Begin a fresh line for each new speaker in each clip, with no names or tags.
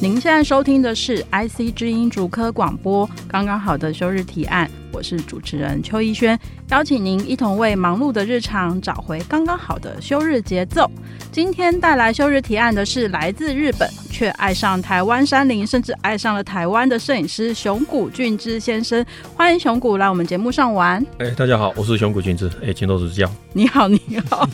您现在收听的是 IC 之音竹科广播，刚刚好的休日提案，我是主持人邱逸轩，邀请您一同为忙碌的日常找回刚刚好的休日节奏。今天带来休日提案的是来自日本却爱上台湾山林，甚至爱上了台湾的摄影师熊谷俊之先生，欢迎熊谷来我们节目上玩。
哎、大家好，我是熊谷俊之。哎、情斗主教，
你好，你好。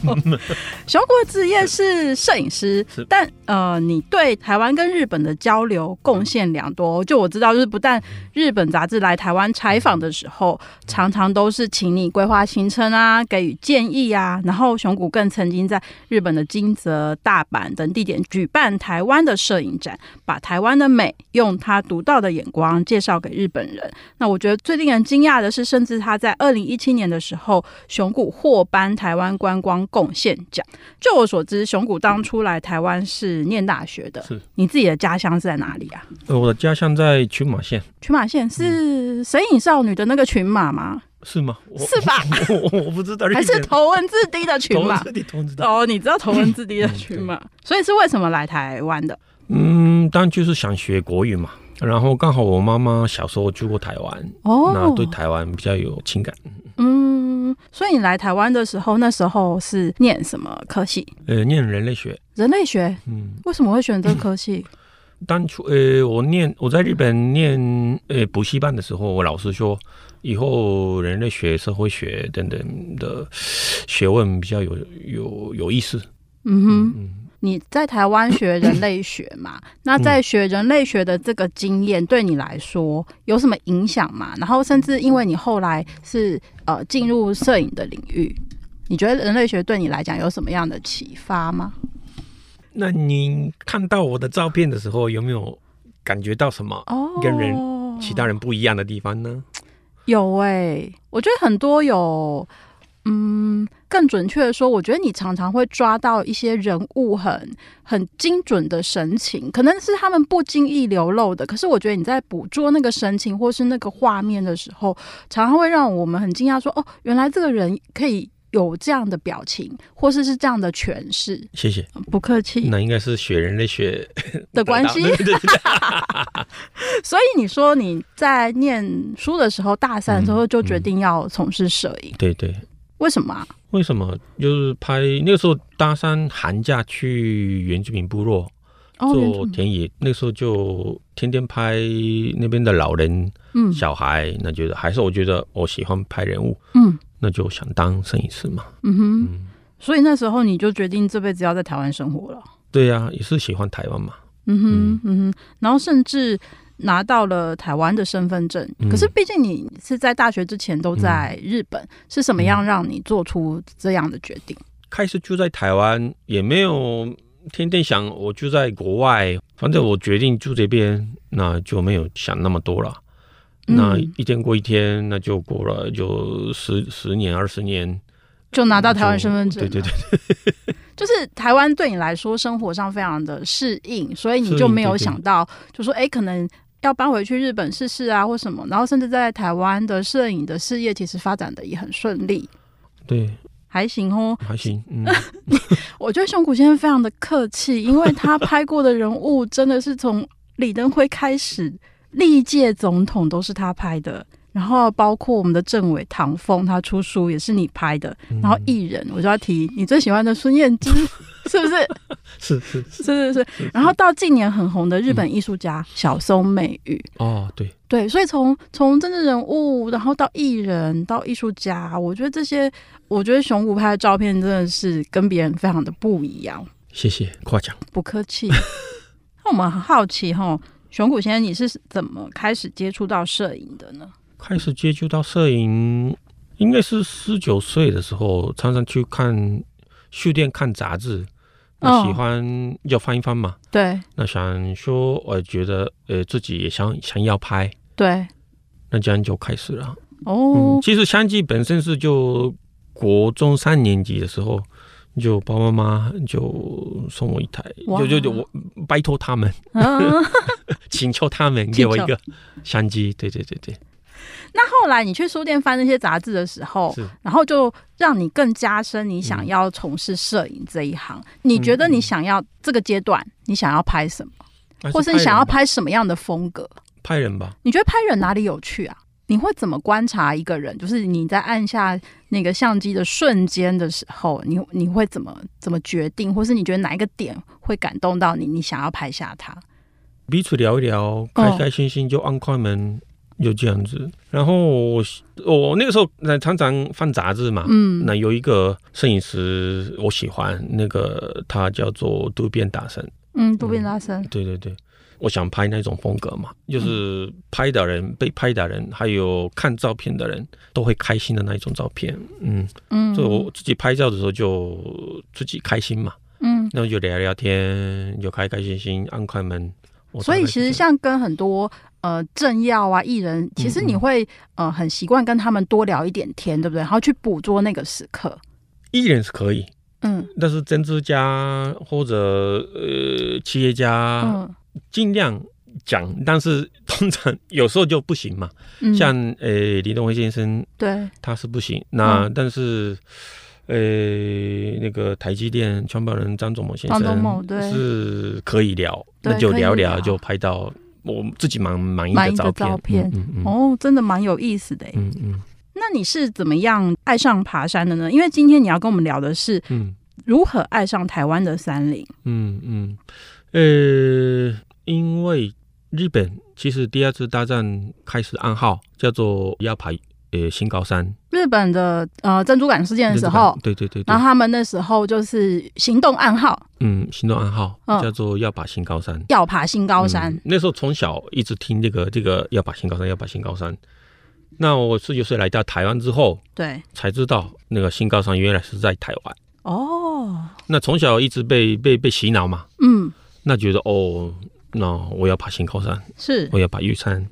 熊谷职业是摄影师
是，
但呃，你对台湾跟日本的交流贡献良多。就我知道，就是不但日本杂志来台湾采访的时候，常常都是请你规划行程啊，给予建议啊。然后熊谷更曾经在日本的金泽、大阪等地点举办台湾的摄影展，把台湾的美用他独到的眼光介绍给日本人。那我觉得最令人惊讶的是，甚至他在二零一七年的时候，熊谷获颁台湾观光贡献奖。就我所知，熊谷当初来台湾是念大学的，
是
你自己的家乡是在哪里啊？
呃，我的家乡在群马县，
群马县是《神隐少女》的那个群马吗？
是吗？嗯我
是吧？
我我我不知道，
还是头文字 D 的群马
同？知同知道。
哦，你知道头文字 D 的群马，所以是为什么来台湾的？
嗯，当然就是想学国语嘛。然后刚好我妈妈小时候去过台湾，那
哦，
对台湾比较有情感。
嗯，所以你来台湾的时候，那时候是念什么科系？
呃，念人类学，
人类学？
嗯，
为什么会选这个科系？
当初呃，我念我在日本念呃补习班的时候，我老师说，以后人类学、社会学等等的学问比较有有有意思。
嗯哼。
嗯。
你在台湾学人类学嘛？那在学人类学的这个经验，对你来说有什么影响嘛？然后，甚至因为你后来是呃进入摄影的领域，你觉得人类学对你来讲有什么样的启发吗？
那你看到我的照片的时候，有没有感觉到什么
哦，
跟人其他人不一样的地方呢？
有哎、我觉得很多有，嗯，更准确的说，我觉得你常常会抓到一些人物很很精准的神情，可能是他们不经意流露的，可是我觉得你在捕捉那个神情或是那个画面的时候，常常会让我们很惊讶说，哦，原来这个人可以。有这样的表情，或是是这样的诠释，
谢谢。
不客气
那应该是雪人类学
哎的关系。
对对对 对
所以你说你在念书的时候，大三的时
嗯
候就决定要从事摄影，
对对。
为什么啊、
为什么？就是拍那个时候搭山寒假去原住民部落
哦，原住
做
民
田野，那个时候就天天拍那边的老人、
嗯
小孩，那觉得还是我觉得我喜欢拍人物，
嗯
那就想当摄影师嘛。
嗯哼，
嗯，
所以那时候你就决定这辈子要在台湾生活了。
对呀、也是喜欢台湾嘛。
嗯哼嗯哼，然后甚至拿到了台湾的身份证。
嗯
可是毕竟你是在大学之前都在日本，是
嗯
什么样让你做出这样的决定？
开始住在台湾，也没有天天想我住在国外，反正我决定住这边，那就没有想那么多了。那
嗯
一天过一天，那就过了，就十十年二十年，
就拿到台湾身份证，
嗯对对对，，
就是台湾对你来说生活上非常的适应，所以你
适
就
应
没有
对对
想到，就说哎、诶可能要搬回去日本试试啊，或什么。然后甚至在台湾的摄影的事业其实发展的也很顺利，
对，
还行哦。
还行，嗯，
我觉得熊谷先生非常的客气，因为 他拍过的人物真的是从李登辉开始，历届总统都是他拍的。然后包括我们的政委唐凤，他出书也是你拍的。
嗯
然后艺人，我就要提你最喜欢的孙燕姿，是不是？
是是是，
是是是。然后到近年很红的日本艺术家小松美玉，
哦，对，
对，所以从从政治人物，然后到艺人，到艺术家，我觉得这些，我觉得熊谷拍的照片真的是跟别人非常的不一样。
谢谢夸奖。
不客气。那我们很好奇哈，熊谷先生，你是怎么开始接触到摄影的呢？
开始接触到摄影，应该是十九岁的时候，常常去看书店看杂志，那
嗯
喜欢要翻一翻嘛。
对
那想说，我觉得呃自己也想想要拍，
对，
那这样就开始了。
哦，
其实相继本身是就国中三年级的时候，就爸爸妈妈就送我一台，
哇
就就就我拜托他们，
嗯，
请求他们给我一个相机。对对对对，
那后来你去书店翻那些杂志的时候，
是。嗯
然后就让你更加深你想要从事摄影这一行。你觉得你想要这个阶段，你想要拍什么，
还
或是你想要
拍
拍什么样的风格？
拍人吧？
你觉得拍人哪里有趣啊？你会怎么观察一个人？就是你在按下那个相机的瞬间的时候，你你会怎么怎么决定，或是你觉得哪一个点会感动到你，你想要拍下它？
彼此聊一
哦
聊，开开心心就按快门，就这样子。然后我我那个时候呃常常翻杂志嘛，
嗯
那有一个摄影师我喜欢，那个他叫做渡边达生，
嗯，渡边拉伸，
对对对。我想拍那种风格嘛，就是
嗯
拍的人、被拍的人，还有看照片的人都会开心的那一种照片。嗯，
嗯，
所以我自己拍照的时候就自己开心嘛，
嗯，
那就聊聊天，就开开心心按快门。我
所以
大概
其
是
实
这样
像跟很多呃政要啊、艺人，其实你
嗯
会呃很习惯跟他们多聊一点天，对不对？然后去捕捉那个时刻。
艺人是可以，
嗯
但是针织家或者呃企业家
嗯
尽量讲，但是通常有时候就不行嘛。
嗯，
像呃李登辉先生
对
他是不行，那、
嗯
但是呃那个台积电创办人张忠谋先
张忠谋
生
对
是可以聊，
对
那就聊
可以聊
聊就拍到我自己蛮满意
满
的
意的
照片，
照片
嗯嗯嗯
哦，真的蛮有意思的欸耶。
嗯嗯
那你是怎么样爱上爬山的呢？因为今天你要跟我们聊的是
嗯
如何爱上台湾的山林。
嗯嗯，呃，因为日本其实第二次大战开始暗号叫做要爬呃新高山
日本的呃珍珠港事件的时候，
对对对对
然后，他们那时候就是行动暗号
嗯，行动暗号、
嗯
叫做要爬新高山。
要爬新高山
嗯。那时候从小一直听这个这个要爬新高山，要爬新高山。那我十九岁来到台湾之后，
对
才知道那个新高山原来是在台湾。
哦，
那从小一直被被被洗脑嘛，
嗯，
那觉得哦，那我要爬新高山。
是
我要爬玉山。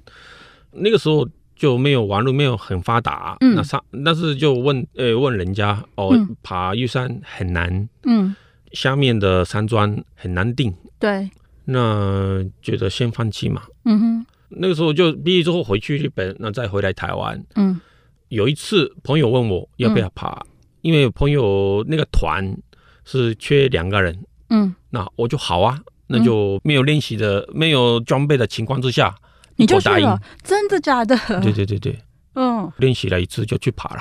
那个时候就没有网络，没有很发达，
嗯
那上但是就问呃问人家哦，
嗯
爬玉山很难，
嗯，
下面的山庄很难定，
对，
那觉得先放弃嘛。
嗯哼，
那个时候就毕业之后回去日本，那再回来台湾。
嗯
有一次朋友问我要不要爬，因为朋友那个团是缺两个人，
嗯，
那我就好啊，那就没有练习的、没有装备的情况之下，
你就
我
去
答应
了。，真的假的？
对对对对。
嗯，
练习了一次就去爬了。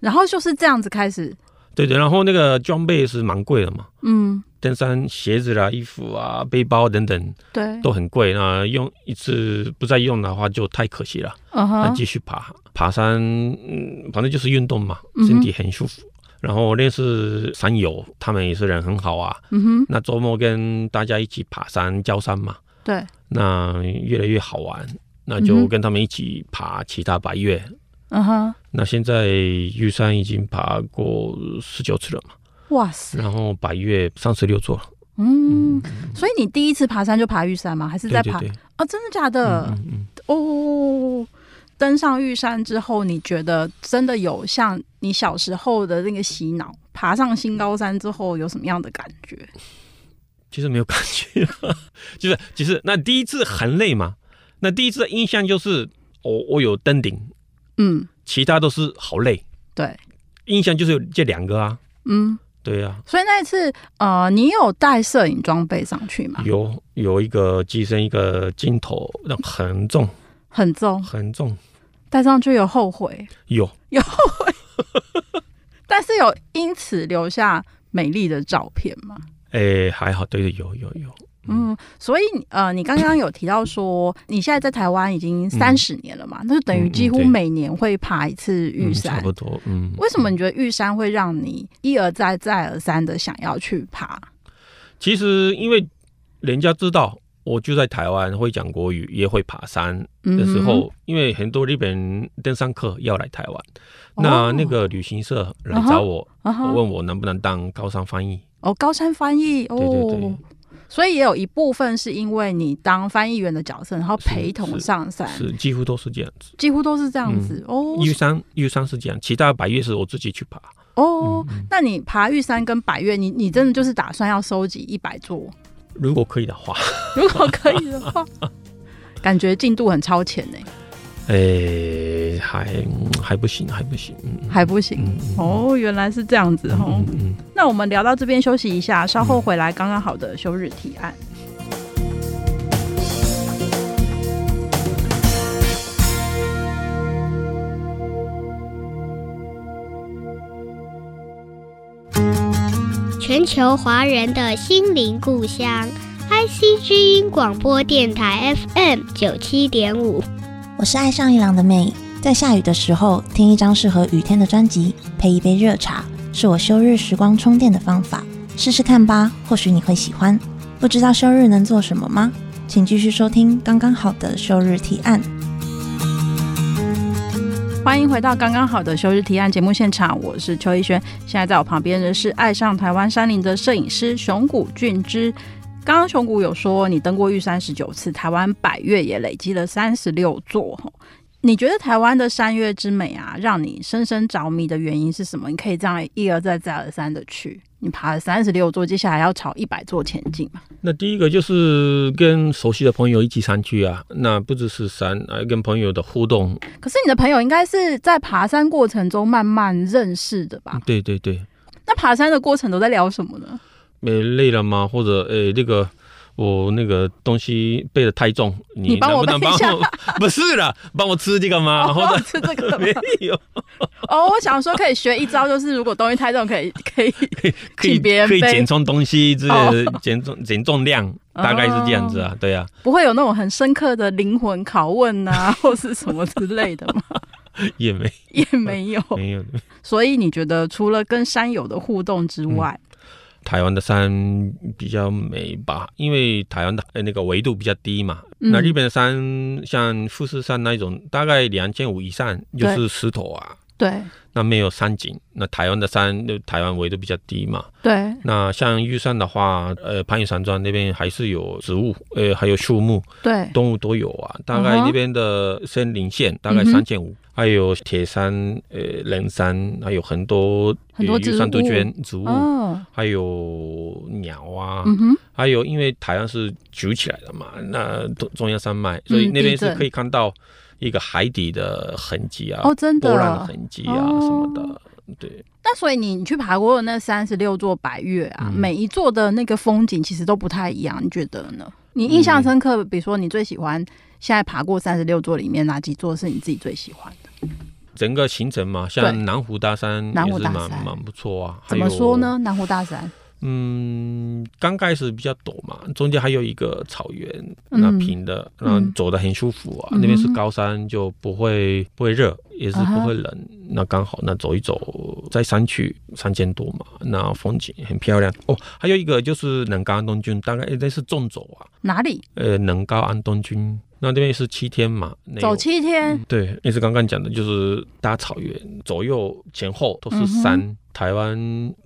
然后就是这样子开始，
对对，然后那个装备是蛮贵的嘛，
嗯，
登山鞋子啦、衣服啊、背包等等
对，
都很贵。那用一次不再用的话就太可惜了。
嗯
那
哼，
继续爬，爬山，嗯，反正就是运动嘛
嗯哼，
身体很舒服。然后认识山友，他们也是人很好啊。
嗯哼，
那周末跟大家一起爬山、郊山嘛，
对，
那越来越好玩。那
嗯
就
哼
跟他们一起爬其他白月。
嗯哼，
那现在玉山已经爬过十九次了。
哇塞，
然后百越三十六座，
嗯，所以你第一次爬山就爬玉山吗？还是
对
在
对
爬
对，
啊？真的假的？
嗯嗯
哦，登上玉山之后，你觉得真的有像你小时候的那个洗脑？爬上新高山之后有什么样的感觉？
其实没有感觉，就是其实那第一次很累嘛，那第一次的印象就是我我有登顶，
嗯，
其他都是好累，
对，
印象就是有这两个啊，
嗯，
对啊，
所以那一次，呃，你有带摄影装备上去吗？
有有一个机身一个镜头，那很重
很重，
很重，
带上去有后悔，
有
有后悔，但是有因此留下美丽的照片吗？
哎还好，对对有有有，
嗯，所以呃，你刚刚有提到说，你现在在台湾已经三十年了嘛，那就等于
嗯嗯嗯
几乎
对
每年会爬一次玉
嗯
山。
差不多，嗯，
为什么你觉得玉山会让你一而再、再而三的想要去爬？
其实因为人家知道我就在台湾会讲国语，也会爬山，
嗯
的时
哼
候，因为很多日本登山客要来台湾，
哦
那那个旅行社来找我，
啊哈
我问我能不能当高山翻译，
哦，高山翻译哦，
对对对
所以也有一部分是因为你当翻译员的角色，然后陪同上山，
是嗯几乎都是这样子。
几乎都是这样子、哦。
玉山玉山是这样，其他百越是我自己去爬。
哦，
嗯
那你爬玉山跟百越，你你真的就是打算要收集一百座，
如果可以的 话，
如果可以的话，感觉进度很超前呢、
哎、还嗯还不行，还不行。嗯
还不行、哦，原来是这样子哦。
嗯嗯。
那我们聊到这边休息一下，稍后回来刚刚好的休日提案。
全球华人的心灵故乡，IC 之音广播电台 FM 九七点五。
我是爱上一郎的妹，在下雨的时候听一张适合雨天的专辑，配一杯热茶，是我休日时光充电的方法，试试看吧，或许你会喜欢。不知道休日能做什么吗？请继续收听刚刚好的休日提案。
欢迎回到刚刚好的休日提案节目现场，我是邱逸轩。现在在我旁边的是爱上台湾山林的摄影师熊谷俊之。刚刚熊谷有说你登过玉山十九次，台湾百越也累积了三十六座。吼你觉得台湾的山岳之美啊，让你深深着迷的原因是什么？你可以这样一而再、再而三的去，你爬了三十六座，接下来要朝一百座前进嘛？
那第一个就是跟熟悉的朋友一起上去啊，那不只是山，还跟朋友的互动。
可是你的朋友应该是在爬山过程中慢慢认识的吧？
对对对，
那爬山的过程都在聊什么呢？
没累了吗？或者诶、那个我那个东西背的太重，你
你帮我
能不能
背一下
帮我？ 不是啦，帮我吃这 个吗？或者
哦吃这个的吗
没有，
哦，我想说可以学一招，就是如果东西太重，可以可以
可以
请别人
可以
背哦
减重东西之类的，减重减重量，大概是这样子啊，对啊，
不会有那种很深刻的灵魂拷问啊，或是什么之类的 吗？
也没
也没有。
没有。
所以你觉得除了跟山友的互动之外，
台湾的山比较美吧，因为台湾的呃那个纬度比较低嘛。
嗯
那日本的山像富士山那一种，大概两千五以上就
对
是石头啊，
对
那没有山景。那台湾的山，呃台湾纬度比较低嘛。
对，
那像玉山的话，呃，盘羽山庄那边还是有植物，呃，还有树木，
对，
动物都有啊。大概
嗯哼
那边的森林线大概
嗯哼
三千五，还有铁山、呃冷山，还有很多
很多
呃
植
玉山杜
物
鹃植物。
哦，
还有鸟啊，
嗯哼，
还有因为台湾是举起来的嘛，那中中央山脉，所以
嗯
那边
地
是
震
可以看到一个海底的痕迹啊，
哦，真
波浪的
的。
痕迹啊
哦
什么的，对，
那所以你你去爬过的那三十六座百越啊，
嗯
每一座的那个风景其实都不太一样，你觉得呢？你印象深刻，比如说你最喜欢现在爬过三十六座里面哪几座是你自己最喜欢
哎
的？
整个行程嘛，
对
像南湖大山
南
也
湖
是
大
蛮
山
蛮不错啊。
怎么说？呢？南湖大山，
嗯，刚开始比较陡嘛，中间还有一个草原，
嗯
那平的，
嗯
那走的很舒服啊。
嗯
那边是高山，就不会不会热，也是不会冷。那刚好，那走一走，在山区三千多嘛，那风景很漂亮哦。还有一个就是能高安东军，大概诶那是纵走啊，
哪里？
呃，能高安东军，那那边是七天嘛，那
走
有
七天，
对，也是刚刚讲的，就是大草原左右前后都是山，台湾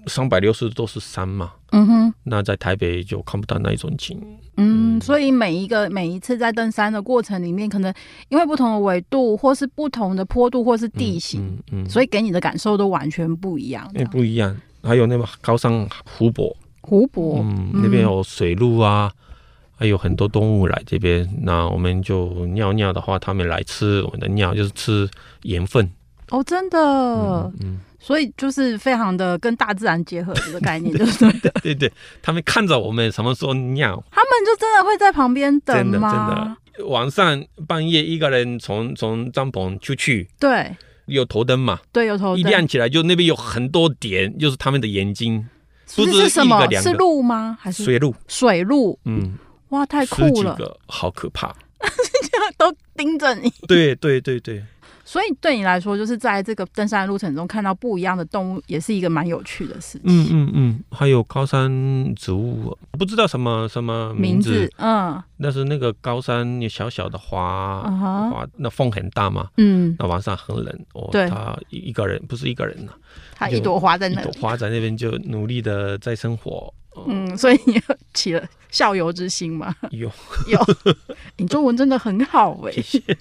三百六十都是山嘛。
嗯哼，
那在台北就看不到那一种景。
嗯，
嗯
所以每一个每一次在登山的过程里面，可能因为不同的纬度，或是不同的坡度，或是地形，
嗯哎嗯，
所
以
以给你的感受都完全不一样。这样
不一样。还有那个高山湖泊，
湖泊，
嗯，
嗯
那边有水路啊，还有很多动物来这边。那我们就尿尿的话，他们来吃我们的尿，就是吃盐分。
哦，真的，
嗯嗯，
所以就是非常的跟大自然结合的概 念，就是对的。
对对，他们看着我们什么时候尿，
他们就真的会在旁边等
真的真
吗
的？。晚上半夜一个人从从帐篷出去，
对
有头灯嘛，
哦对，有头
一啊
灯。
亮起来就那边有很多点，就是他们的眼睛，
是
不止
是什
一
么
个？两个
是路吗？还啊是
水路，
水路？
嗯，
哇，太
十
酷
几
了，
个，好可怕。
都盯着你。
对对对对，
所以对你来说，就是在这个登山的路程中看到不一样的动物，也是一个蛮有趣的事情。
嗯嗯嗯，还有高山植物，不知道什么什么
名
字，
字，嗯
但是那个高山有小小的花，
嗯哼，
花那风很大嘛，
嗯，
那晚上很冷，哦，
对
他一一个人不是一个人呐、
它一朵花在
一
那
朵
里，
花在那边就努力的在生活。哦，
嗯，所以你又起了校友之心嘛。
有
有，你中文真的很好哎、
谢谢。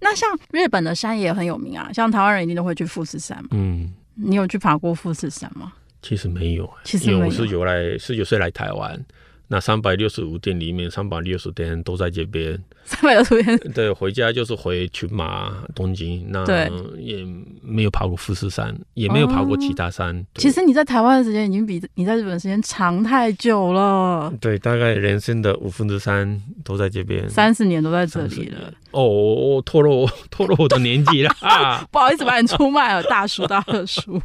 那像日本的山也很有名啊，像台湾人一定都会去富士山嘛。
嗯，
你有去爬过富士山吗？
其实没有，啊
其实
因为
没
我是
有。
有来十九岁来台湾，那三百六十五天里面三百六十天都在这边。
三百的图片，
对，回家就是回群马、东京，那
对
也没有爬过富士山，也没有爬过其他山。对
哦其实你在台湾的时间已经比你在日本的时间长太久了，
对，大概人生的五分之三都在这边。
三十年都在这
三十
里
年
了。
哦，我我透 露透露我的年纪了啊！
不好意思，把你出卖了，大叔大叔。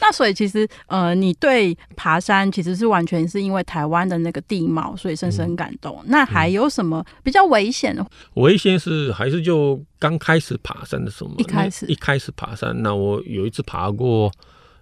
那所以其实，呃，你对爬山其实是完全是因为台湾的那个地貌，所以深深感动。
嗯
那还有什么比较危险的？
我以前是还是就刚开始爬山的时候嘛，
一开始
那一开始爬山，那我有一次爬过，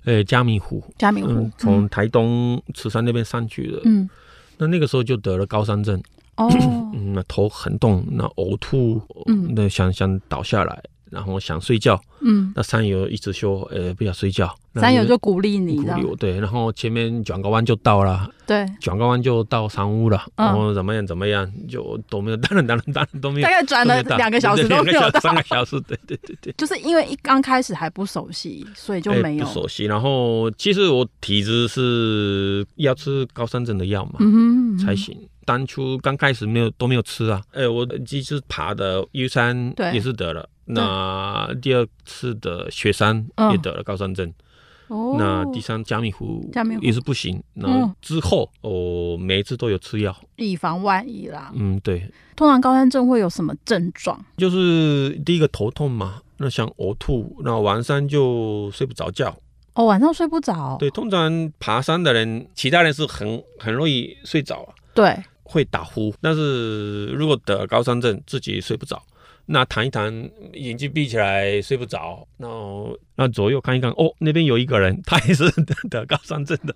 呃，嘉明湖，
嘉明湖
嗯，，从台东池山那边上去的，
嗯，
那那个时候就得了高山症，
哦，
嗯，那头很痛，那呕吐，
嗯
那想想倒下来，然后想睡觉，
嗯，
那山友一直说，呃，不要睡觉， 那
山友就鼓励你，
鼓
这样
励我，对，然后前面转个弯就到了，
对，
转个弯就到山屋了，
嗯
然后怎么样怎么样，就都没有，当然当然当然都没有
大。概转了两个小时都
对
没
对两
有
个小时三
到
个，小时， 对对对对，
就是因为一刚开始还不熟悉，所以就没有
哎不。熟悉。然后其实我体质是要吃高山症的药嘛、
嗯哼，
才行。当初刚开始没有都没有吃啊，哎，我第一次爬的 U 山
对
也是得了，那第二次的雪山
嗯
也得了高山症，
哦，
那第三加密湖
嘉明湖
也是不行。那、
嗯
之后我、哦、每一次都有吃药，
以防万一啦。
嗯，对，
通常高山症会有什么症状？
就是第一个头痛嘛，那想呕吐，那晚上就睡不着觉。
哦，晚上睡不着。
对，通常爬山的人，其他人是很很容易睡着啊，
对，
会打呼。但是如果得高山症，自己睡不着，那躺一躺，眼睛闭起来睡不着，然后那左右看一看，哦，那边有一个人，他也是得得高山症的。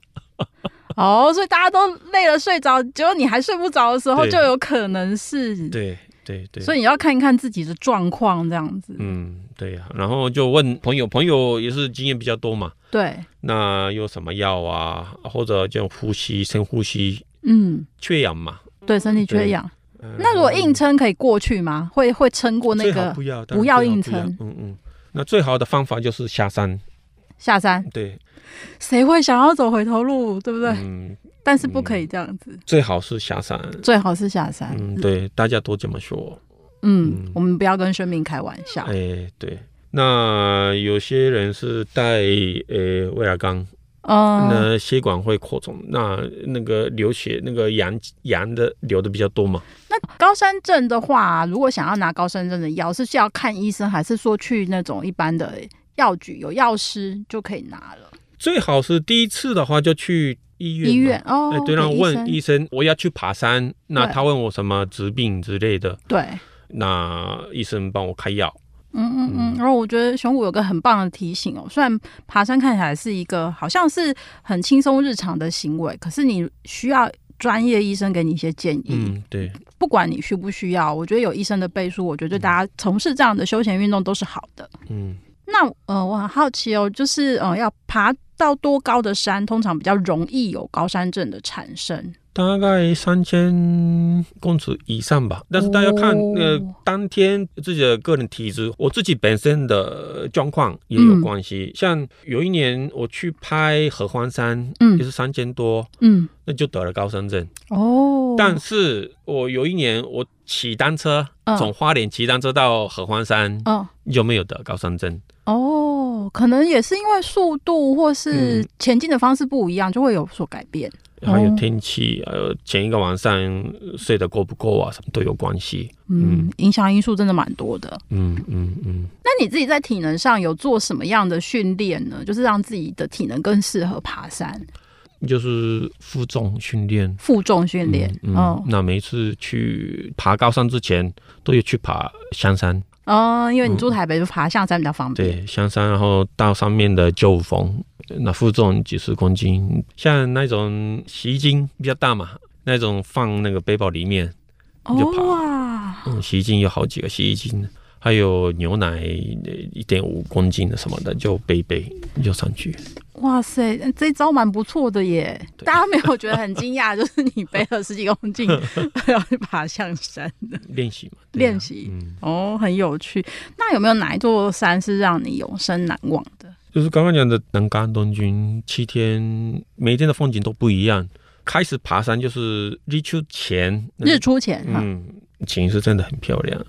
哦，所以大家都累了睡着，结果你还睡不着的时候，
对
就有可能是。
对对对，
所以你要看一看自己的状况，这样子。
嗯，对呀、然后就问朋友，朋友也是经验比较多嘛，
对，
那有什么药啊，或者就呼吸、深呼吸、
嗯，
缺氧嘛？
对，身体缺
嗯对
氧。
呃
那如果硬撑可以过去吗？会会撑过那
最好
个
不要
不要硬。
当然
撑
最好嗯嗯，那最好的方法就是下山。
下山？
对，
谁会想要走回头路，对不对？
嗯，
但是不可以这样子，
最好是下山。
最好是下山。
嗯，对，大家都这么说。
嗯
嗯
我们不要跟生命开玩笑。
哎，对。那有些人是带呃威尔刚，
嗯，
那血管会扩充，那那个流血，那个羊羊的流的比较多嘛。
那高山症的话，如果想要拿高山症的药，是需要看医生，还是说去那种一般的药局有药师就可以拿了？
最好是第一次的话就去医院嘛。
医院哦，
哎，对，然后
给
问
医
医
生
生我要去爬山，那
对
他问我什么疾病之类的，
对，
那医生帮我开药。
嗯嗯嗯。然后我觉得熊谷有个很棒的提醒哦，虽然爬山看起来是一个好像是很轻松日常的行为，可是你需要专业医生给你一些建议。
嗯，对，
不管你需不需要，我觉得有医生的背书，我觉得对大家从事这样的休闲运动都是好的。
嗯，
那呃，我很好奇哦，就是呃，要爬到多高的山，通常比较容易有高山症的产生？
大概三千公尺以上吧。但是大家看，
哦
呃，当天自己的个人体质，我自己本身的状况也有
嗯
关系。像有一年我去拍合欢山，
嗯
也是三千多，
嗯，
那就得了高山症。
哦，
但是我有一年我骑单车
嗯，
从花莲骑单车到合欢山，
嗯。
有没有得高山症？
哦，可能也是因为速度或是
嗯
前进的方式不一样，就会有所改变。
还有
哦
天气，还有前一个晚上呃睡得够不够啊，什么都有关系。
嗯
嗯，
影响因素真的蛮多的。
嗯嗯嗯，
那你自己在体能上有做什么样的训练呢？就是让自己的体能更适合爬山，
就是负重训练。
负重训练。
嗯，
哦
嗯，那每一次去爬高山之前，都有去爬香山。
哦，因为你住台北就爬象山比较方便。
对，香山，然后到上面的旧风，那负重几十公斤，像那种洗衣精比较大嘛，那种放那个背包里面，
哦
你就爬
哇，
嗯，洗衣精有好几个洗衣精，还有牛奶一点五公斤的什么的，就背一背就上去。
哇塞，这一招蛮不错的耶！大家没有觉得很惊讶， 就是你背了十几公 斤 要去爬象山
练习嘛，对啊
练习
嗯，
哦，很有趣。那有没有哪一座山是让你永生难忘的？
就是刚刚讲的南竿东军七天，每一天的风景都不一样。开始爬山就是日出前，那个
日出前哈，
嗯，景是真的很漂亮。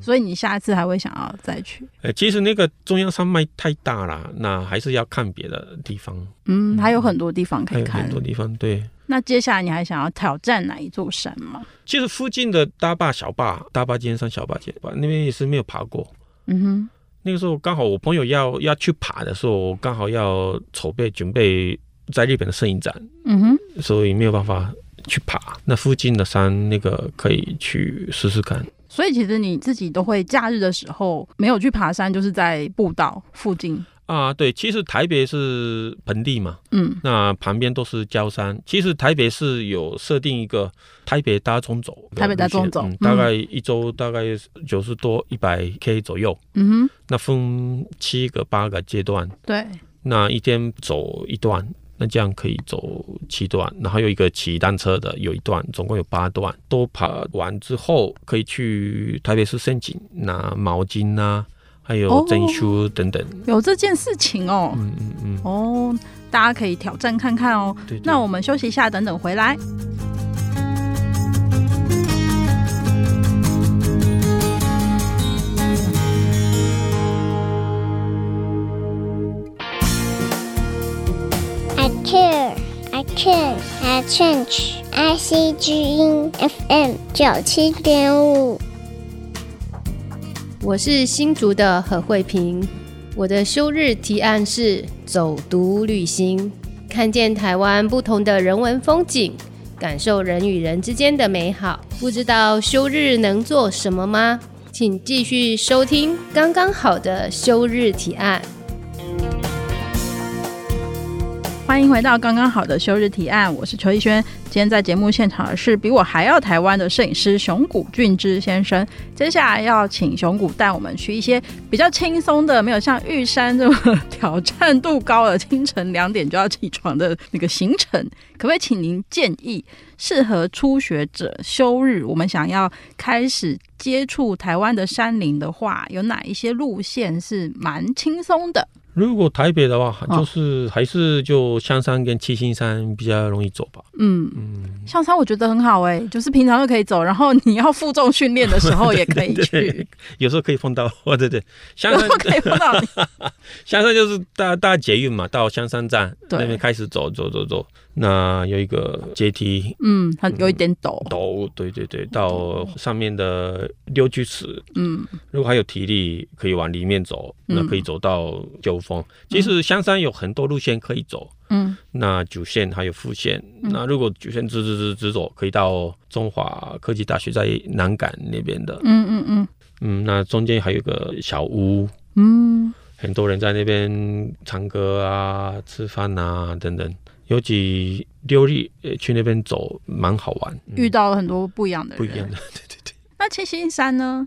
所以你下一次还会想要再去？
呃，其实那个中央山脉太大了，那还是要看别的地方，
嗯，还有很多地方可
还
以
有
看
很。多地方。对，
那接下来你还想要挑战哪一座山吗？
其实附近的大坝、小坝、大坝尖山、小坝尖坝那边也是没有爬过。
嗯哼，
那个时候刚好我朋友要要去爬的时候，我刚好要筹备准备在日本的摄影展，
嗯哼，
所以没有办法去爬。那附近的山那个可以去试试看。
所以其实你自己都会假日的时候没有去爬山，就是在步道附近。
啊，对，其实台北是盆地嘛，
嗯，
那旁边都是郊山。其实台北是有设定一个台北大中走，
台北大中走
嗯
嗯
大概一周大概九十多一百 K 左右，
嗯哼，
那分七个八个阶段，
对，
那一天走一段。那这样可以走七段，然后有一个骑单车的有一段，总共有八段。都爬完之后，可以去台北市申请拿毛巾啊，还有
哦
证书等等。
有这件事情哦。
嗯嗯嗯，
哦，大家可以挑战看看哦。
对对
那我们休息一下，等等回来。
I care, I care, I change. I C 之音 FM 九七点五。
我是新竹的何慧萍，我的休日提案是走读旅行，看见台湾不同的人文风景，感受人与人之间的美好。不知道休日能做什么吗？请继续收听刚刚好的休日提案。
欢迎回到刚刚好的休日提案，我是邱逸轩。今天在节目现场的是比我还要台湾的摄影师熊谷俊之先生。接下来要请熊谷带我们去一些比较轻松的，没有像玉山这么挑战度高的清晨两点就要起床的那个行程。可不可以请您建议适合初学者休日？我们想要开始接触台湾的山林的话，有哪一些路线是蛮轻松的？
如果台北的话，
哦
就是还是就香山跟七星山比较容易走吧。
嗯，
嗯，
象山我觉得很好哎、就是平常就可以走，然后你要负重训练的时候也可以去
对，
有时候可以碰 到，哦对对，
香
然
山
后可以碰到你。
香山就是大大捷运嘛，到香山站
对
那边开始走走走走，那有一个阶梯
嗯，很有一点陡。
陡，对对对，到上面的六居池，
嗯
如果还有体力，可以往里面走，
嗯
那可以走到九峰。其实香山有很多路线可以走，
嗯，
那主线还有副线。
嗯
那如果主线直直直直走，可以到中华科技大学在南港那边的。
嗯嗯嗯
嗯，那中间还有一个小屋，
嗯，
很多人在那边唱歌啊、吃饭啊等等。尤其六日呃去那边走，蛮好玩，嗯
遇到了很多不一样的人。
不一样的。
那七星山呢？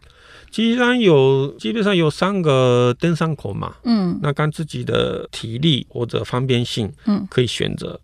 基本上有基本上有三个登山口嘛，
嗯
那看自己的体力或者方便性，
嗯
可以选择。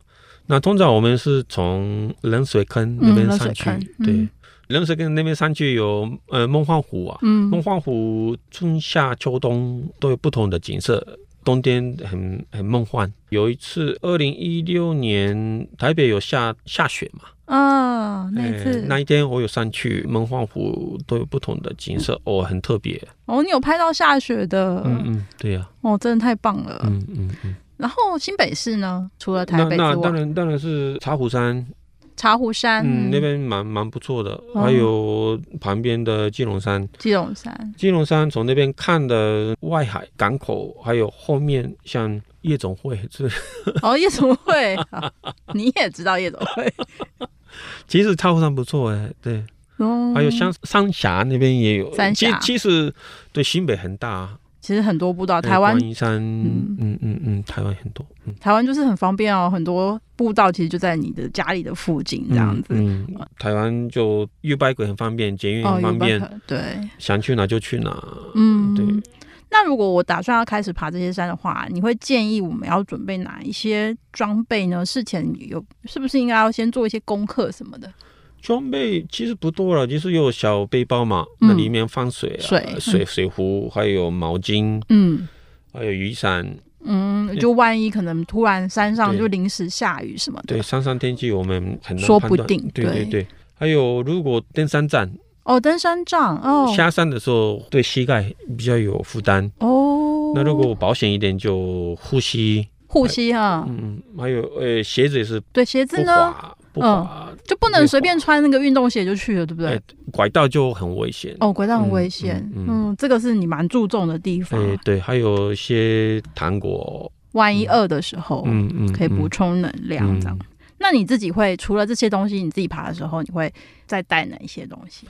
那通常我们是从冷水坑那边上去，
嗯冷水坑
对
嗯，
冷水坑那边上去有呃梦幻湖啊，梦
嗯
幻湖春夏秋冬都有不同的景色，冬天很很梦幻。有一次，二零一六年台北有下下雪嘛，
啊，那一
呃
次
那一天我有上去梦幻湖，都有不同的景色，哦，很特别。
哦，你有拍到下雪的，
嗯嗯，对呀、
哦，真的太棒了。
嗯嗯嗯。
然后新北市呢，除了台
那
北
那
之
当
外，
然当然是茶壶山，
茶壶山、
嗯，那边蛮蛮不错的，
哦
还有旁边的基隆山，
基隆山，
基隆山从那边看的外海港口，还有后面像夜总会 这，
哦，夜总会，好你也知道夜总会。
其实茶壶山不错哎，对，
哦
还有像三峡那边也有，
三
其
峡
其实对新北很大，
其实很多步道，
呃
台湾
观音山，
嗯
嗯嗯嗯，台湾很多，嗯，
台湾就是很方便哦，很多步道其实就在你的家里的附近这样子。
嗯，嗯台湾就 U bike 很方便，捷运
哦，
很方便，
有 Bike，对，
想去哪就去哪，
嗯，
对。
那如果我打算要开始爬这些山的话，你会建议我们要准备哪一些装备呢？事前有是不是应该要先做一些功课什么的？
装备其实不多了，就是有小背包嘛，
嗯
那里面放水啊，
水
水水壶，还有毛巾，
嗯
还有雨伞。
嗯，
对
就万一可能突然山上
对
就临时下雨什么的，
对，山上天气我们很难
说
判
不
断
定
对
对
对对。还有，如果登山杖
哦，登山杖哦
下山的时候对膝盖比较有负担，
哦，
那如果保险一点就护膝，
护膝哈，
嗯，还有呃鞋子也是
对鞋子
不
呢
滑不滑，
就不能随便穿那个运动鞋就去了，对不对
哎？拐道就很危险。
哦，轨道很危险，
嗯嗯
嗯
嗯
这个是你蛮注重的地方。
哎，对，还有一些糖果，
万一饿的时候，
嗯嗯，
哦可以补
嗯
充能量这样。
嗯
那你自己会除了这些东西，你自己爬的时候，你会再带哪一些东西？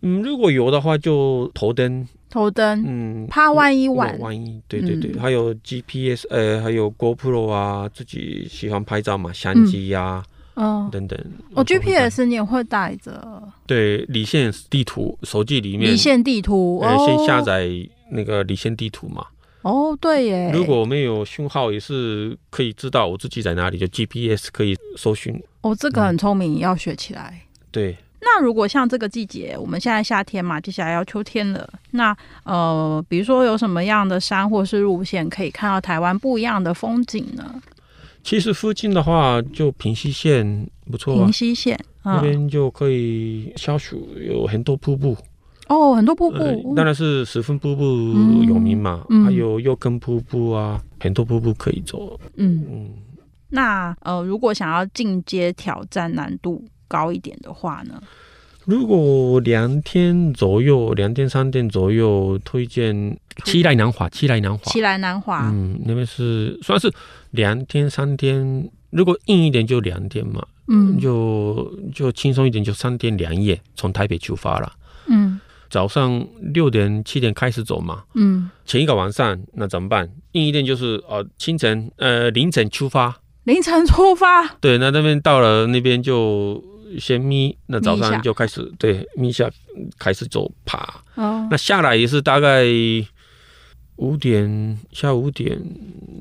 嗯，如果有的话就头灯，
头灯，
嗯，
怕万一晚
万，万一，对对对，
嗯
还有 GPS，呃，还有 GoPro 啊，自己喜欢拍照嘛，相机呀、
嗯，
等等。
哦
我都会带
，GPS 你也会带着
对离线地图，手机里面
离线地图，
呃
哦，
先下载那个离线地图嘛。
哦，对耶，
如果没有讯号，也是可以知道我自己在哪里，就 GPS 可以搜寻。
哦，这
嗯
个很聪明，要学起来。
对，
那如果像这个季节，我们现在夏天嘛，接下来要秋天了。那呃，比如说有什么样的山或是路线可以看到台湾不一样的风景呢？
其实附近的话，就平溪县不错啊
平，溪县，
那
嗯，
边就可以消暑，有很多瀑布。
哦，很多瀑布，
呃
嗯
当然是十分瀑布
嗯
有名嘛，
嗯
还有右根瀑布啊，很多瀑布可以走。
嗯，
嗯，
那呃，如果想要进阶挑战难度高一点的话呢？
如果两天左右，两天三天左右，推荐七来南华，七来南华，
奇来南华，
嗯，那边是算是两天三天，如果硬一点就两天嘛，
嗯
就就轻松一点就三天两夜，从台北出发了。
嗯
早上六点七点开始走嘛，
嗯，
前一个晚上那怎么办？硬一点就是呃清晨呃凌晨出发，
凌晨出发，
对，那那边到了那边就先眯，那早上就开始对眯一下，嗯开始走爬。
哦
那，下来也是大概五点，下午五点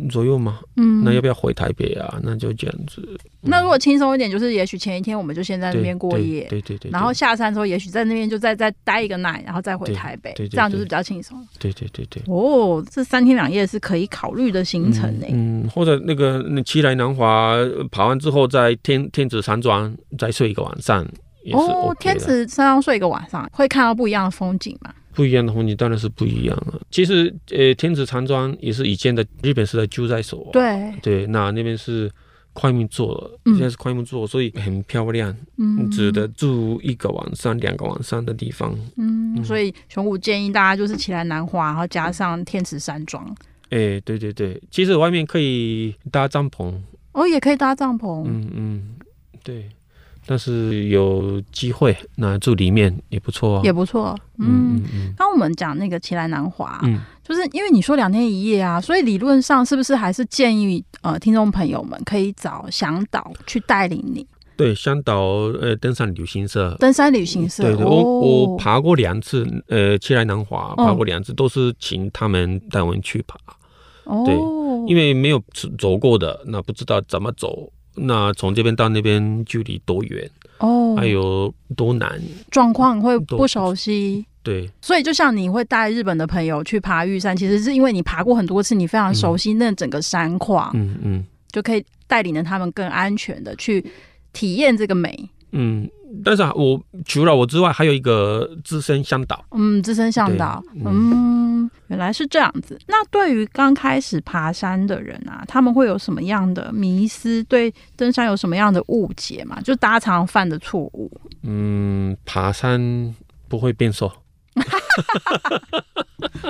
左右嘛。
嗯
那要不要回台北啊？那就这样子。
那如果轻松一点，就是也许前一天我们就先在那
对
边过
对
夜。
对对对，
然后
对
下山之后，也许在那边就再再待一个 night，然后再回
对
台北，
对对
这样就是
对
比较轻松。
对对对对。
哦，这三天两夜是可以考虑的行程呢、
嗯，嗯或者那个那奇来南华呃爬完之后，在天天子山庄再睡一个晚上也是 OK
哦，
的
天池山上睡一个晚上，会看到不一样的风景嘛？
不一样的风景当然是不一样了。其实，呃，天子长庄也是以前的日本时代旧在手、啊。
对，
对，那那边是快木座了，
嗯
现在是快木座，所以很漂亮，
嗯，
值得住一个晚上、两个晚上的地方。
嗯，
嗯
所以熊谷建议大家就是起来南华，然后加上天池山庄，
哎，对对对，其实外面可以搭帐篷，
哦，也可以搭帐篷。
嗯嗯，对。但是有机会，那住里面也不错啊。
也不错，
嗯
嗯。
嗯嗯
刚、我们讲那个奇来南华，
嗯，
就是因为你说两天一夜啊，所以理论上是不是还是建议呃听众朋友们可以找向导去带领你
对，香岛呃登山旅行社
登山旅行社？
嗯对对，
哦、嗯
我我爬过两次，呃，七来南华爬过两次，都是请他们带我们去爬，对
哦，
因
为
为没有走走过的，那不知道怎么走，那从这边到那边距离多远，
哦，
还有多难，
状况会不
都
熟悉。
对
所以，就像你会带日本的朋友去爬玉山，其实是因为你爬过很多次，你非常熟悉那整个山况。
嗯嗯
就可以带领着他们更安全的去体验这个美。
嗯，但是啊，我除了我之外，还有一个资深向导，
嗯，资深向导，
对
嗯原来是这样子。那对于刚开始爬山的人啊，他们会有什么样的迷思？对登山有什么样的误解嘛？就大家常犯的错误。
嗯，爬山不会变瘦，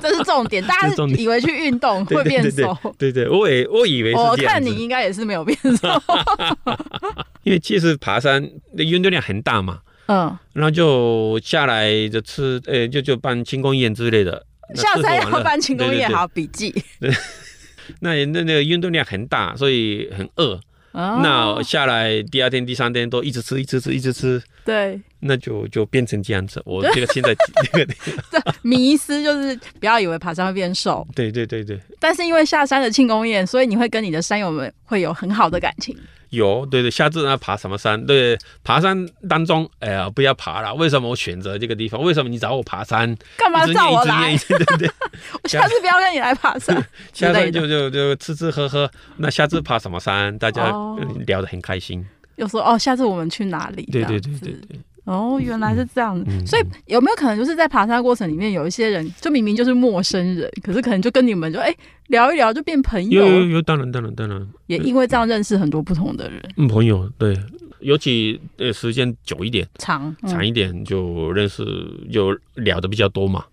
这是重点，大
这
家
是重点
以为去运动
对
会变
对对
瘦。哦
对对，我也我以为是
我
这样
看
子
你，应 该也是没有变瘦，
因为其实爬山的运动量很大嘛，
嗯，
那就下来就吃，呃、就就办庆功宴之类的。那
下
吃
山
喝玩
要
乐
办庆功宴，。好笔记。
对对对那那那个运动量很大，所以很饿。
哦
那下来第二天、第三天都一直吃，一直吃，一直吃，
对，
那就就变成这样子。我这个 现在这个
迷思就是不要以为爬山会变瘦，
对对对对，
但是因为下山的庆功宴，所以你会跟你的山友们会有很好的感情。
有对对，下次呢爬什么山？对，爬山当中，哎呀，不要爬了。为什么我选择这个地方？为什么你找我爬山？
干嘛
一直
叫
念
我
一直念
来
一？直念对对。
我下次不要让你来爬山之
下
类
次
的。
就就就吃吃喝喝，那下次爬什么山？大家
哦
嗯聊得很开心。
又说哦，下次我们去哪里？
对
这
对
样
对对
子
对，
哦，原来是这样子。
嗯
所以有没有可能就是在爬山过程里面，有一些人就明明就是陌生人，可是可能就跟你们就哎、聊一聊就变朋
有有
友，
有，当然当然当然，
也因为这样认识很多不同的人。
嗯，朋友对，尤其呃时间久一点、
长嗯
长一点，就认识就聊的比较多嘛。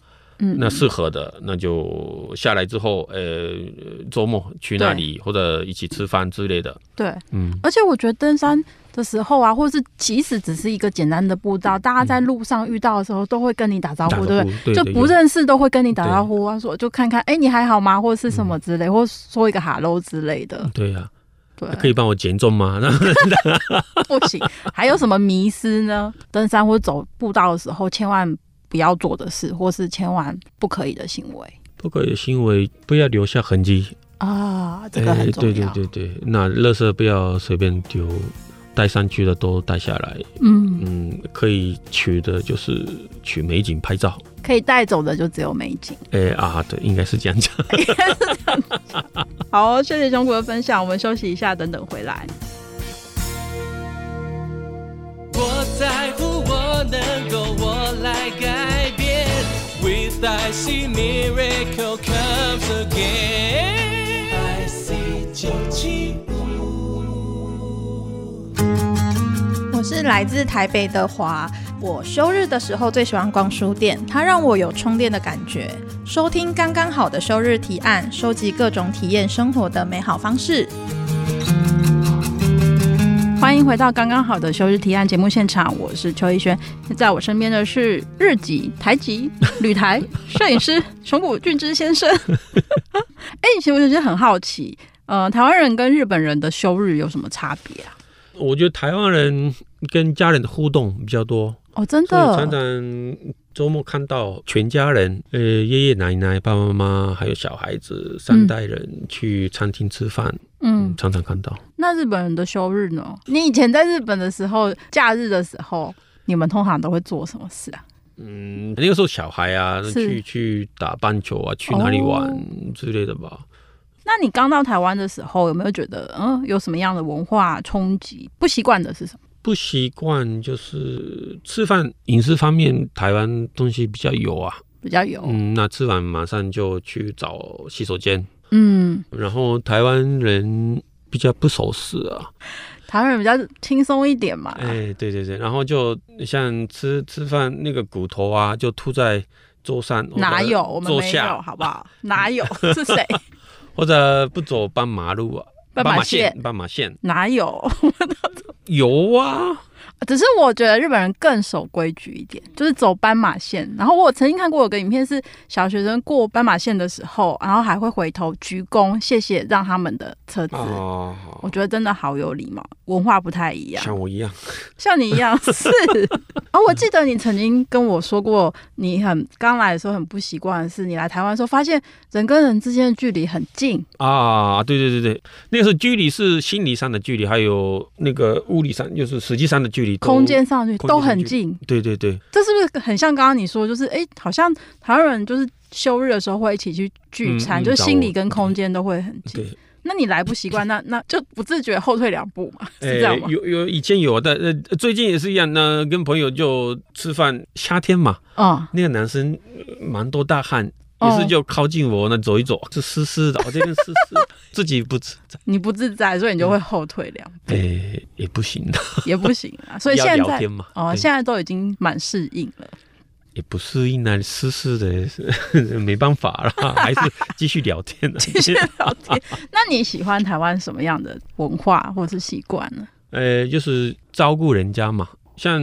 嗯，
那适合的，那就下来之后，呃，周末去那里或者一起吃饭之类的。
对。
嗯，
而且我觉得登山的时候啊，或是即使只是一个简单的步道，大家在路上遇到的时候都会跟你打招
打
呼，对
招
不对？
呼，对
就
对
不
有
认识都会跟你打招呼啊，说就看看，哎、你还好吗，或是什
嗯
么之类，或说一个 hello 之类的，
对呀、
对，
可以帮我减重吗？ 那
不行。还有什么迷失呢？登山或走步道的时候，千万不要做的事，或是千万不可以的行为
不可以行为不要留下痕迹，哎
啊，这个很重要。
对对对对，那垃圾不要随便丢，带上去的都带下来。
嗯，
嗯，可以取的就是取美景拍照。
可以带走的就只有美景。
哎、啊，对，应该是这样讲。
好，谢谢熊谷的分享，我们休息一下，等等回来。
我在乎我能够我来改变。With I see miracle comes again。I see 九七
我是来自台北的华。我休日的时候最喜欢逛书店，它让我有充电的感觉。收听刚刚好的休日提案，收集各种体验生活的美好方式。
欢迎回到刚刚好的休日提案节目现场，我是邱逸轩，在我身边的是日籍、台籍、旅台摄影师熊谷俊之先生。 哎、其实我有些很好奇，呃，台湾人跟日本人的休日有什么差别啊？
我觉得台湾人跟家人的互动比较多，
哦，真
所以常
的，
常周末看到全家人，呃，爷爷奶奶、爸爸妈妈还有小孩子三代人去餐厅吃饭，
嗯，
常常看到。
那日本人的休日呢？你以前在日本的时候，假日的时候，你们通常都会做什么事啊？
嗯，那个时候小孩啊，
是
去去打棒球啊，去哪里玩
哦
之类的吧。
那你刚到台湾的时候，有没有觉得，嗯，有什么样的文化冲击？不习惯的是什么？
不习惯就是吃饭饮食方面，台湾东西比较油啊。
比较有，
嗯，那吃完马上就去找洗手间，
嗯
然后台湾人比较不守时啊。
台湾人比较轻松一点嘛。
哎，对对对，然后就像吃吃饭那个骨头啊，就吐在桌上，或者
哪有？我们
坐
没有，
下，
好不好？哪有？ 是 谁？
或者不走斑马路啊，
斑马线，
斑马线
哪有？
有啊。
呃只是我觉得日本人更守规矩一点，就是走斑马线。然后我曾经看过有个影片，是小学生过斑马线的时候，然后还会回头鞠躬，谢谢让他们的车子。
哦，
我觉得真的好有礼貌，文化不太一样，
像我一样，
像你一样是。而、我记得你曾经跟我说过，你很刚来的时候很不习惯的是，你来台湾的时候发现人跟人之间的距离很近，
啊，对对对对，那个时候距离是心理上的距离，还有那个物理上，就是实际上的距离，都
空间。上去
空间
都
上
很
去
近，
对对对，
这是不是很像刚刚你说，就是哎、诶好像台湾人就是休日的时候会一起去聚餐，
嗯嗯
就是心
找
理
我
跟空间都会很近。
对，
那你来不习惯，那那就不自觉后退两步 嘛，是
呃
这样吗？
有有以前有，但呃最近也是一样，那跟朋友就吃饭，夏天嘛，
嗯，
那个男生呃蛮多大汗，
哦
也是就靠近我那走一走，是湿湿的，我这边湿湿， 自己不吃，
你不自在，所以你就会后退两 步，
哎、也不行的，
也不行啊。所以
要
现
聊
在
天嘛，
哦，
对
现在都已经蛮适应 了。
也不适应啊，湿湿的， 没办法啦， 还是继续聊天啊，继续
聊天那你喜欢台湾什么样的文化或是习惯呢？
呃，就是照顾人家嘛，像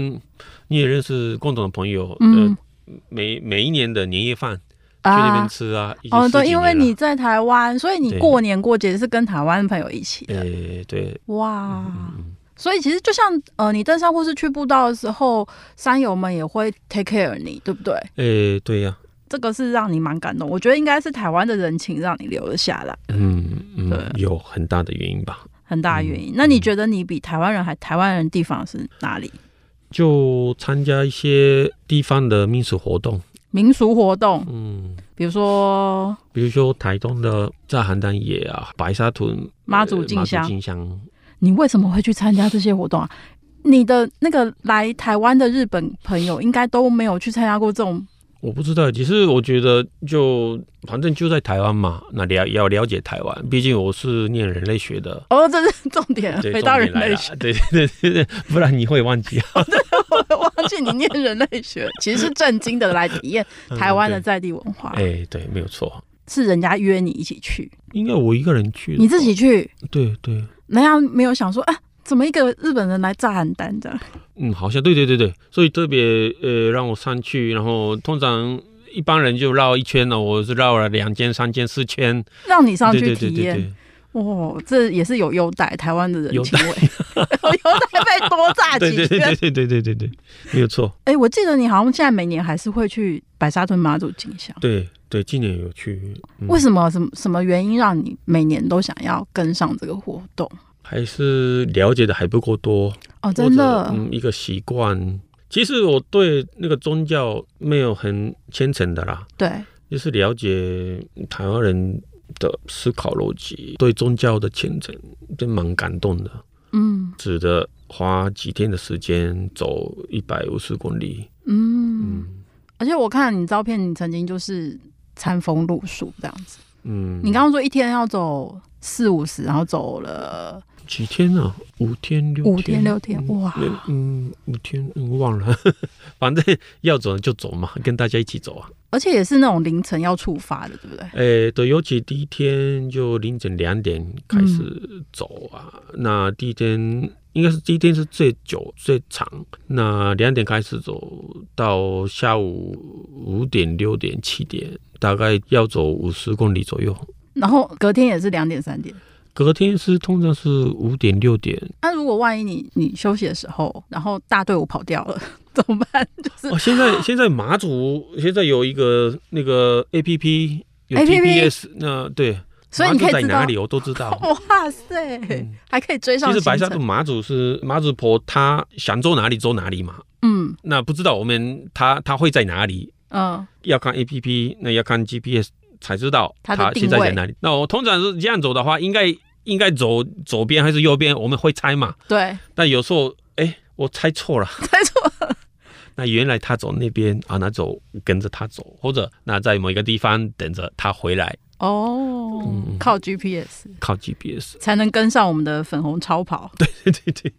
你也认识共同的朋友，
嗯
呃，每每一年的年夜饭去那边
啊，
吃啊，已经
哦，
十
对，
几
因为
年了
你在台湾，所以你
对
过年过节是跟台湾朋友一起的，
呃对，
哇。
嗯嗯
所以其实就像呃，你登山或是去步道的时候，山友们也会 take care 你，对不对？
嗯，呃对呀、
这个是让你蛮感动，我觉得应该是台湾的人情让你留了下来，
嗯嗯，
对
有很大的原因吧。
很大的原
嗯
因。那你觉得你比台湾人还台湾人地方是哪里？
就参加一些地方的民俗活动，
民俗活动，
嗯，
比如说
比如说台东的在邯郸野啊、白沙屯、呃
妈祖进
妈
香
祖进香，
你为什么会去参加这些活动啊？你的那个来台湾的日本朋友应该都没有去参加过这种，
我不知道，其实我觉得就反正就在台湾嘛，那了要了解台湾，毕竟我是念人类 学的。
哦，这是重点，
对，
回到人
重点来
类
了
学，
对对对对，不然你会忘记啊。
我忘记你念人类 学，其实是震惊的来体验 台湾的在地文化，
嗯哎、对，没有错，
是人家约你一起去，
应该我一个人去的，
你自己去，
对对，
人家没有想说啊，怎么一个日本人来炸邯郸这样？
嗯，好像对对对对，所以特别呃让我上去，然后通常一般人就绕一圈了，我是绕了两圈、三圈、四圈，
让你上
对
去
对对
体
对
验，
对，
哦，这也是有优待台湾的人
优
情味， 优待被多炸
对
几
对对
圈
对。对对对对对，没有错，
哎、我记得你好像现在每年还是会去白沙屯妈祖进香，
对对，今年有去，嗯
为什么？什么什么原因让你每年都想要跟上这个活动？
还是了解的还不够多，
哦，真
或
的
者，嗯，一个习惯。其实我对那个宗教没有很虔诚的啦，
对，
就是了解台湾人的思考逻辑，对宗教的虔诚，真蛮感动的。
嗯
只得花几天的时间走一百五十公里。
嗯，
嗯
而且我看你照片，你曾经就是餐风露宿这样子。
嗯，
你刚刚说一天要走四五十，然后走了
几天啊？五天六
五天六天，
嗯
哇！
没嗯，五天，嗯，忘了， 反正要走就走嘛，跟大家一起走啊。
而且也是那种凌晨要出发的，对不对？
诶，对，尤其第一天就凌晨两点开始走啊。那第一天应该是第一天是最久最长，那两点开始走到下午五点、六点、七点，大概要走五十公里左右。
然后隔天也是两点三点。
隔天是通常是五点六点，
那、如果万一你你休息的时候，然后大队伍跑掉了， 怎么办？就是
哦，现在现在马祖现在有一个那个 A P P 有 G
APP
P S，那对，
所以你可以
马祖
知
在
道。
哪里我都知道
哇塞，
嗯
还可以追上
其实
行
白沙
程。
屯马祖是马祖婆，她想走哪里走哪里嘛。
嗯
那不知道我们她她会在哪里，
嗯，
要看 A P P，那要看 G P S 才知道
它的
她
定
现在
位
在哪里。那我通常是这样走的话，应该应该走左边还是右边，我们会猜嘛。
对，
但有时候哎，我猜错了。
猜错
嗯
了。
那原来他走那边啊，那走跟着他走，或者那在某一个地方等着他回来，
哦，
嗯
靠 GPS
靠 GPS。
才能跟上我们的粉红超跑。对
对对对，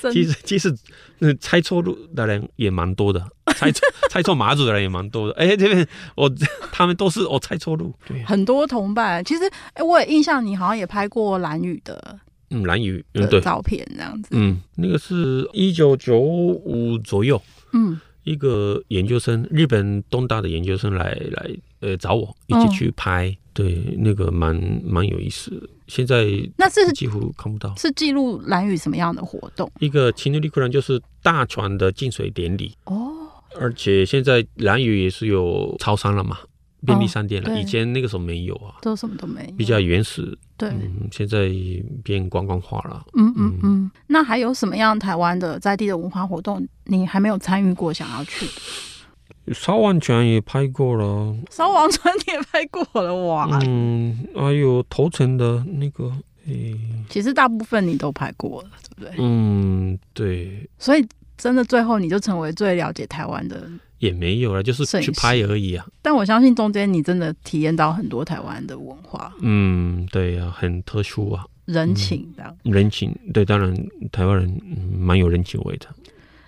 真
其实其实那猜错路的人也蛮多的， 猜错猜错马祖的人也蛮多的。 哎，这边我他们都是我猜错路。对，啊
很多同伴，其实哎、我也印象你好像也拍过蓝雨的
嗯，蓝雨，嗯，
的
对，
照片，这样子。
嗯，那个是一九九五左右，
嗯
一个研究生，日本东大的研究生来来呃找我一起
哦
去拍，对，那个蛮蛮有意思的。现在
那是
几乎看不到。
是记录蓝雨什么样的活动？
一个情侣利库然就是大船的进水典礼，
哦，
而且现在兰屿也是有超商了嘛，便利商店了，
哦对
以前那个时候没有啊，
都什么都没有，
比较原始，
对，嗯
嗯，现在变观光化了。
嗯嗯
嗯
那还有什么样台湾的在地的文化活动你还没有参与过，想要 去的？
烧完泉也拍过了，
烧王船你也拍过了哇！
嗯，还有头城的那个，诶、
其实大部分你都拍过了，对不对？
嗯，对，
所以真的最后你就成为最了解台湾的人。
也没有了，就是
摄影
去
师
拍而已啊。
但我相信中间你真的体验到很多台湾的文化、
嗯，对呀、啊，很特殊啊，
人情这样。
人情，对，当然台湾人嗯蛮有人情味的。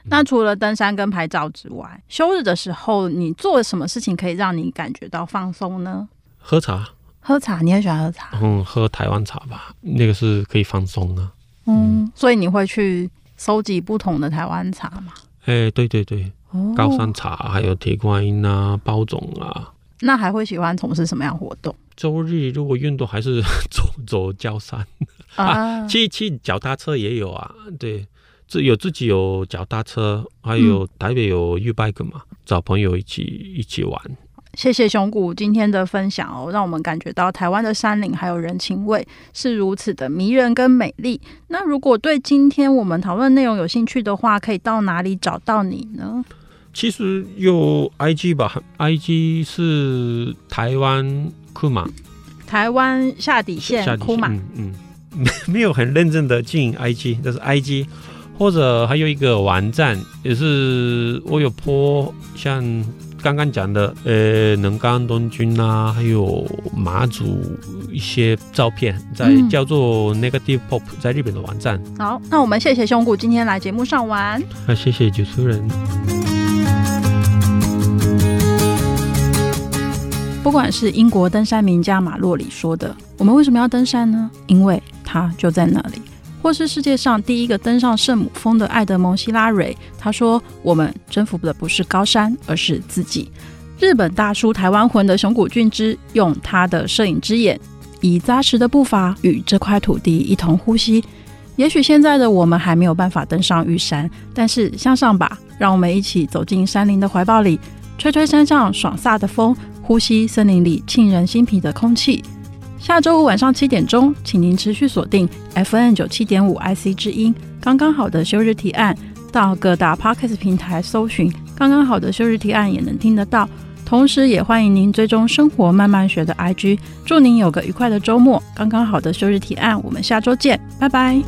那除了登山跟拍照之外，休日的时候你做什么事情可以让你感觉到放松呢？
喝茶，
喝茶，你很喜欢喝茶，
嗯，喝台湾茶吧，那个是可以放松啊。
嗯，所以你会去收集不同的台湾茶嘛。
哎，对对对，
哦
高山茶还有铁观音啊、包种啊。
那还会喜欢从事什么样的活动
周日如果运动还是 走走郊山，
啊？
骑骑脚踏车也有啊。对，自有自己有脚踏车，还有台北有 U bike 嘛，找朋友一起一起玩。
谢谢熊谷今天的分享哦，让我们感觉到台湾的山林还有人情味是如此的迷人跟美丽。那如果对今天我们讨论内容有兴趣的话，可以到哪里找到你呢？
其实有 IG 吧，IG 是台湾库马
台湾下底
下
线
底
库马，
嗯嗯， 没没有很认真的经营 IG，但是 IG 或者还有一个网站也是我有播，像刚刚讲的，呃，能干东军啊，还有马祖一些照片，在
嗯
叫做 Negative Pop，在日本的网站。
好，那我们谢谢熊谷今天来节目上玩。
那啊谢谢主持人。
不管是英国登山名家马洛里说的“我们为什么要登山呢？因为它就在那里”，或是世界上第一个登上圣母峰的艾德蒙·希拉蕊，他说：“我们征服的不是高山，而是自己。”日本大叔台湾魂的熊谷俊之用他的摄影之眼，以扎实的步伐与这块土地一同呼吸。也许现在的我们还没有办法登上玉山，但是向上吧，让我们一起走进山林的怀抱里，吹吹山上爽飒的风，呼吸森林里沁人心脾的空气。下周五晚上七点钟，请您持续锁定 FN 九七点五 IC 之音，刚刚好的休日提案，到各大 Podcast 平台搜寻“刚刚好的休日提案”也能听得到。同时，也欢迎您追踪“生活慢慢学”的 IG。祝您有个愉快的周末！刚刚好的休日提案，我们下周见，拜拜。